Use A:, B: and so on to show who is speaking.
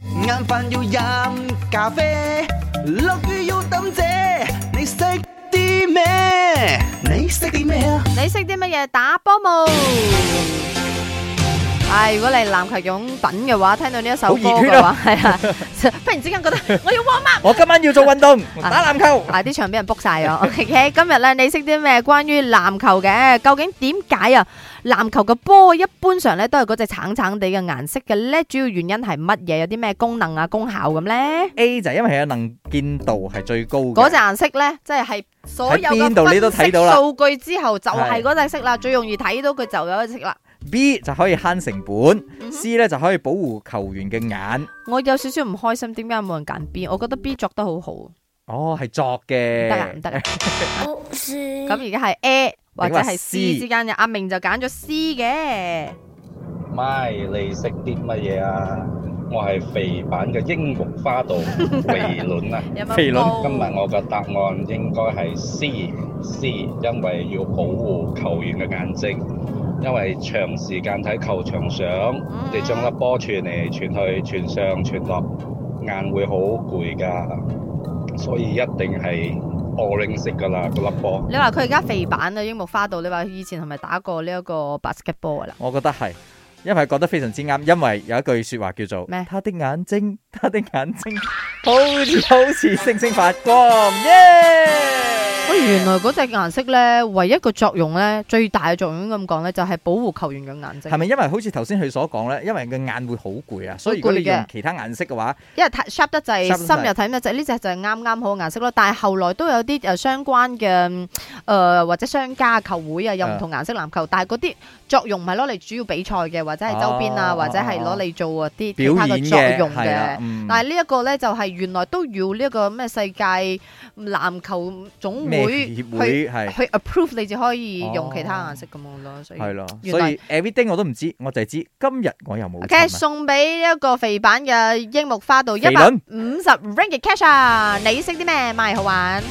A: 晏飯要飲咖啡，落雨要抌遮，你識啲咩？你識啲咩啊？
B: 你識啲乜嘢打波冇？唉，如果你係籃球用品嘅話，聽到呢一首歌
C: 好熱血
B: 嘅話
C: 啊，
B: 係啊， 忽然之間覺得我要 warm up，
C: 我今晚要做運動，打籃球。
B: 啊啲場俾人 book 晒 咗。OK，今日咧你識啲咩關於籃球嘅？究竟點解啊？籃球嘅波一般上咧都係嗰隻橙橙地嘅顏色嘅咧，主要原因係乜嘢？有啲咩功能啊、功效咁咧？
C: A 就係因為佢嘅能見度係最高嘅
B: 嗰隻顏色咧，即係係所有
C: 喺邊度你
B: 嘅
C: 都
B: 分析
C: 睇到啦
B: 數據之後就係嗰隻色啦，最容易睇到佢就有一隻色啦。
C: B 就可以慳成本、
B: 嗯哼
C: c 咧就可以保護球員嘅眼。
B: 我有少少唔開心，點解冇人揀 B？我覺得 B 作得好好，唔
C: 哦，係作
B: 得啊，
C: 嘅
B: 唔。得 啊。咁
D: 咁
B: 而家係 A 或者
C: 你話
B: 係 C
C: C
B: 之間嘅，阿明就揀咗 C 嘅。
E: 咪你識啲乜嘢啊？我係肥版嘅櫻木花道肥卵啊！
B: 有冇
C: 肥輪
B: 報
E: 今日我嘅答案應該係 C C，因為要保護球員嘅眼睛，因為長時間喺球場上，你將粒波傳嚟傳去、傳上傳落，眼會好攰㗎，所以一定係 orange 色㗎啦，嗰粒波。
B: 你話佢而家肥版啊，櫻木花道。你話佢以前係咪打過呢一個 basketball 啊啦？
C: 我覺得係，因為覺得非常之啱，因為有一句说話叫做
B: 咩
C: 他的眼睛，他的眼睛，好似好似星星發光，耶！
B: 喂，原來嗰隻顏色咧，唯一個作用咧，最大嘅作用咁講咧，就係保護球員嘅眼睛
C: 係。咪因為好似頭先佢所講咧，因為個眼會好攰啊，所以如果你
B: 會攰嘅
C: 用其他顏色嘅話，
B: 因為太 sharp 得滯，
C: sharp 得滯
B: 深入睇得滯，呢只就係啱啱好嘅顏色咯。但係後來都有啲誒相關嘅誒、呃或者商家球會啊，有唔同顏色籃球，但係嗰啲作用唔係攞嚟主要比賽嘅，或者係周邊啊，
C: 哦
B: 或者係攞嚟做啊啲
C: 表
B: 其他
C: 演
B: 嘅作
C: 嘅
B: 用
C: 係啦
B: 嘅。，
C: 嗯
B: 但係呢一個咧就係原來都要呢一個咩世界嗯籃球總
C: 咩
B: 會
C: 協會
B: 去
C: 係
B: 去 approve 你至可以用
C: 哦
B: 其他顏色咁樣咯，所以。
C: 係咯，
B: 原
C: 所
B: 來
C: 以 everything 我都唔知，我就係知今日我又冇
B: OK，
C: 襯啊
B: 送俾呢一個肥版嘅櫻木花道一
C: 肥
B: 百
C: 輪
B: 五十 ringgit cash 啊！你識啲咩？咪好玩。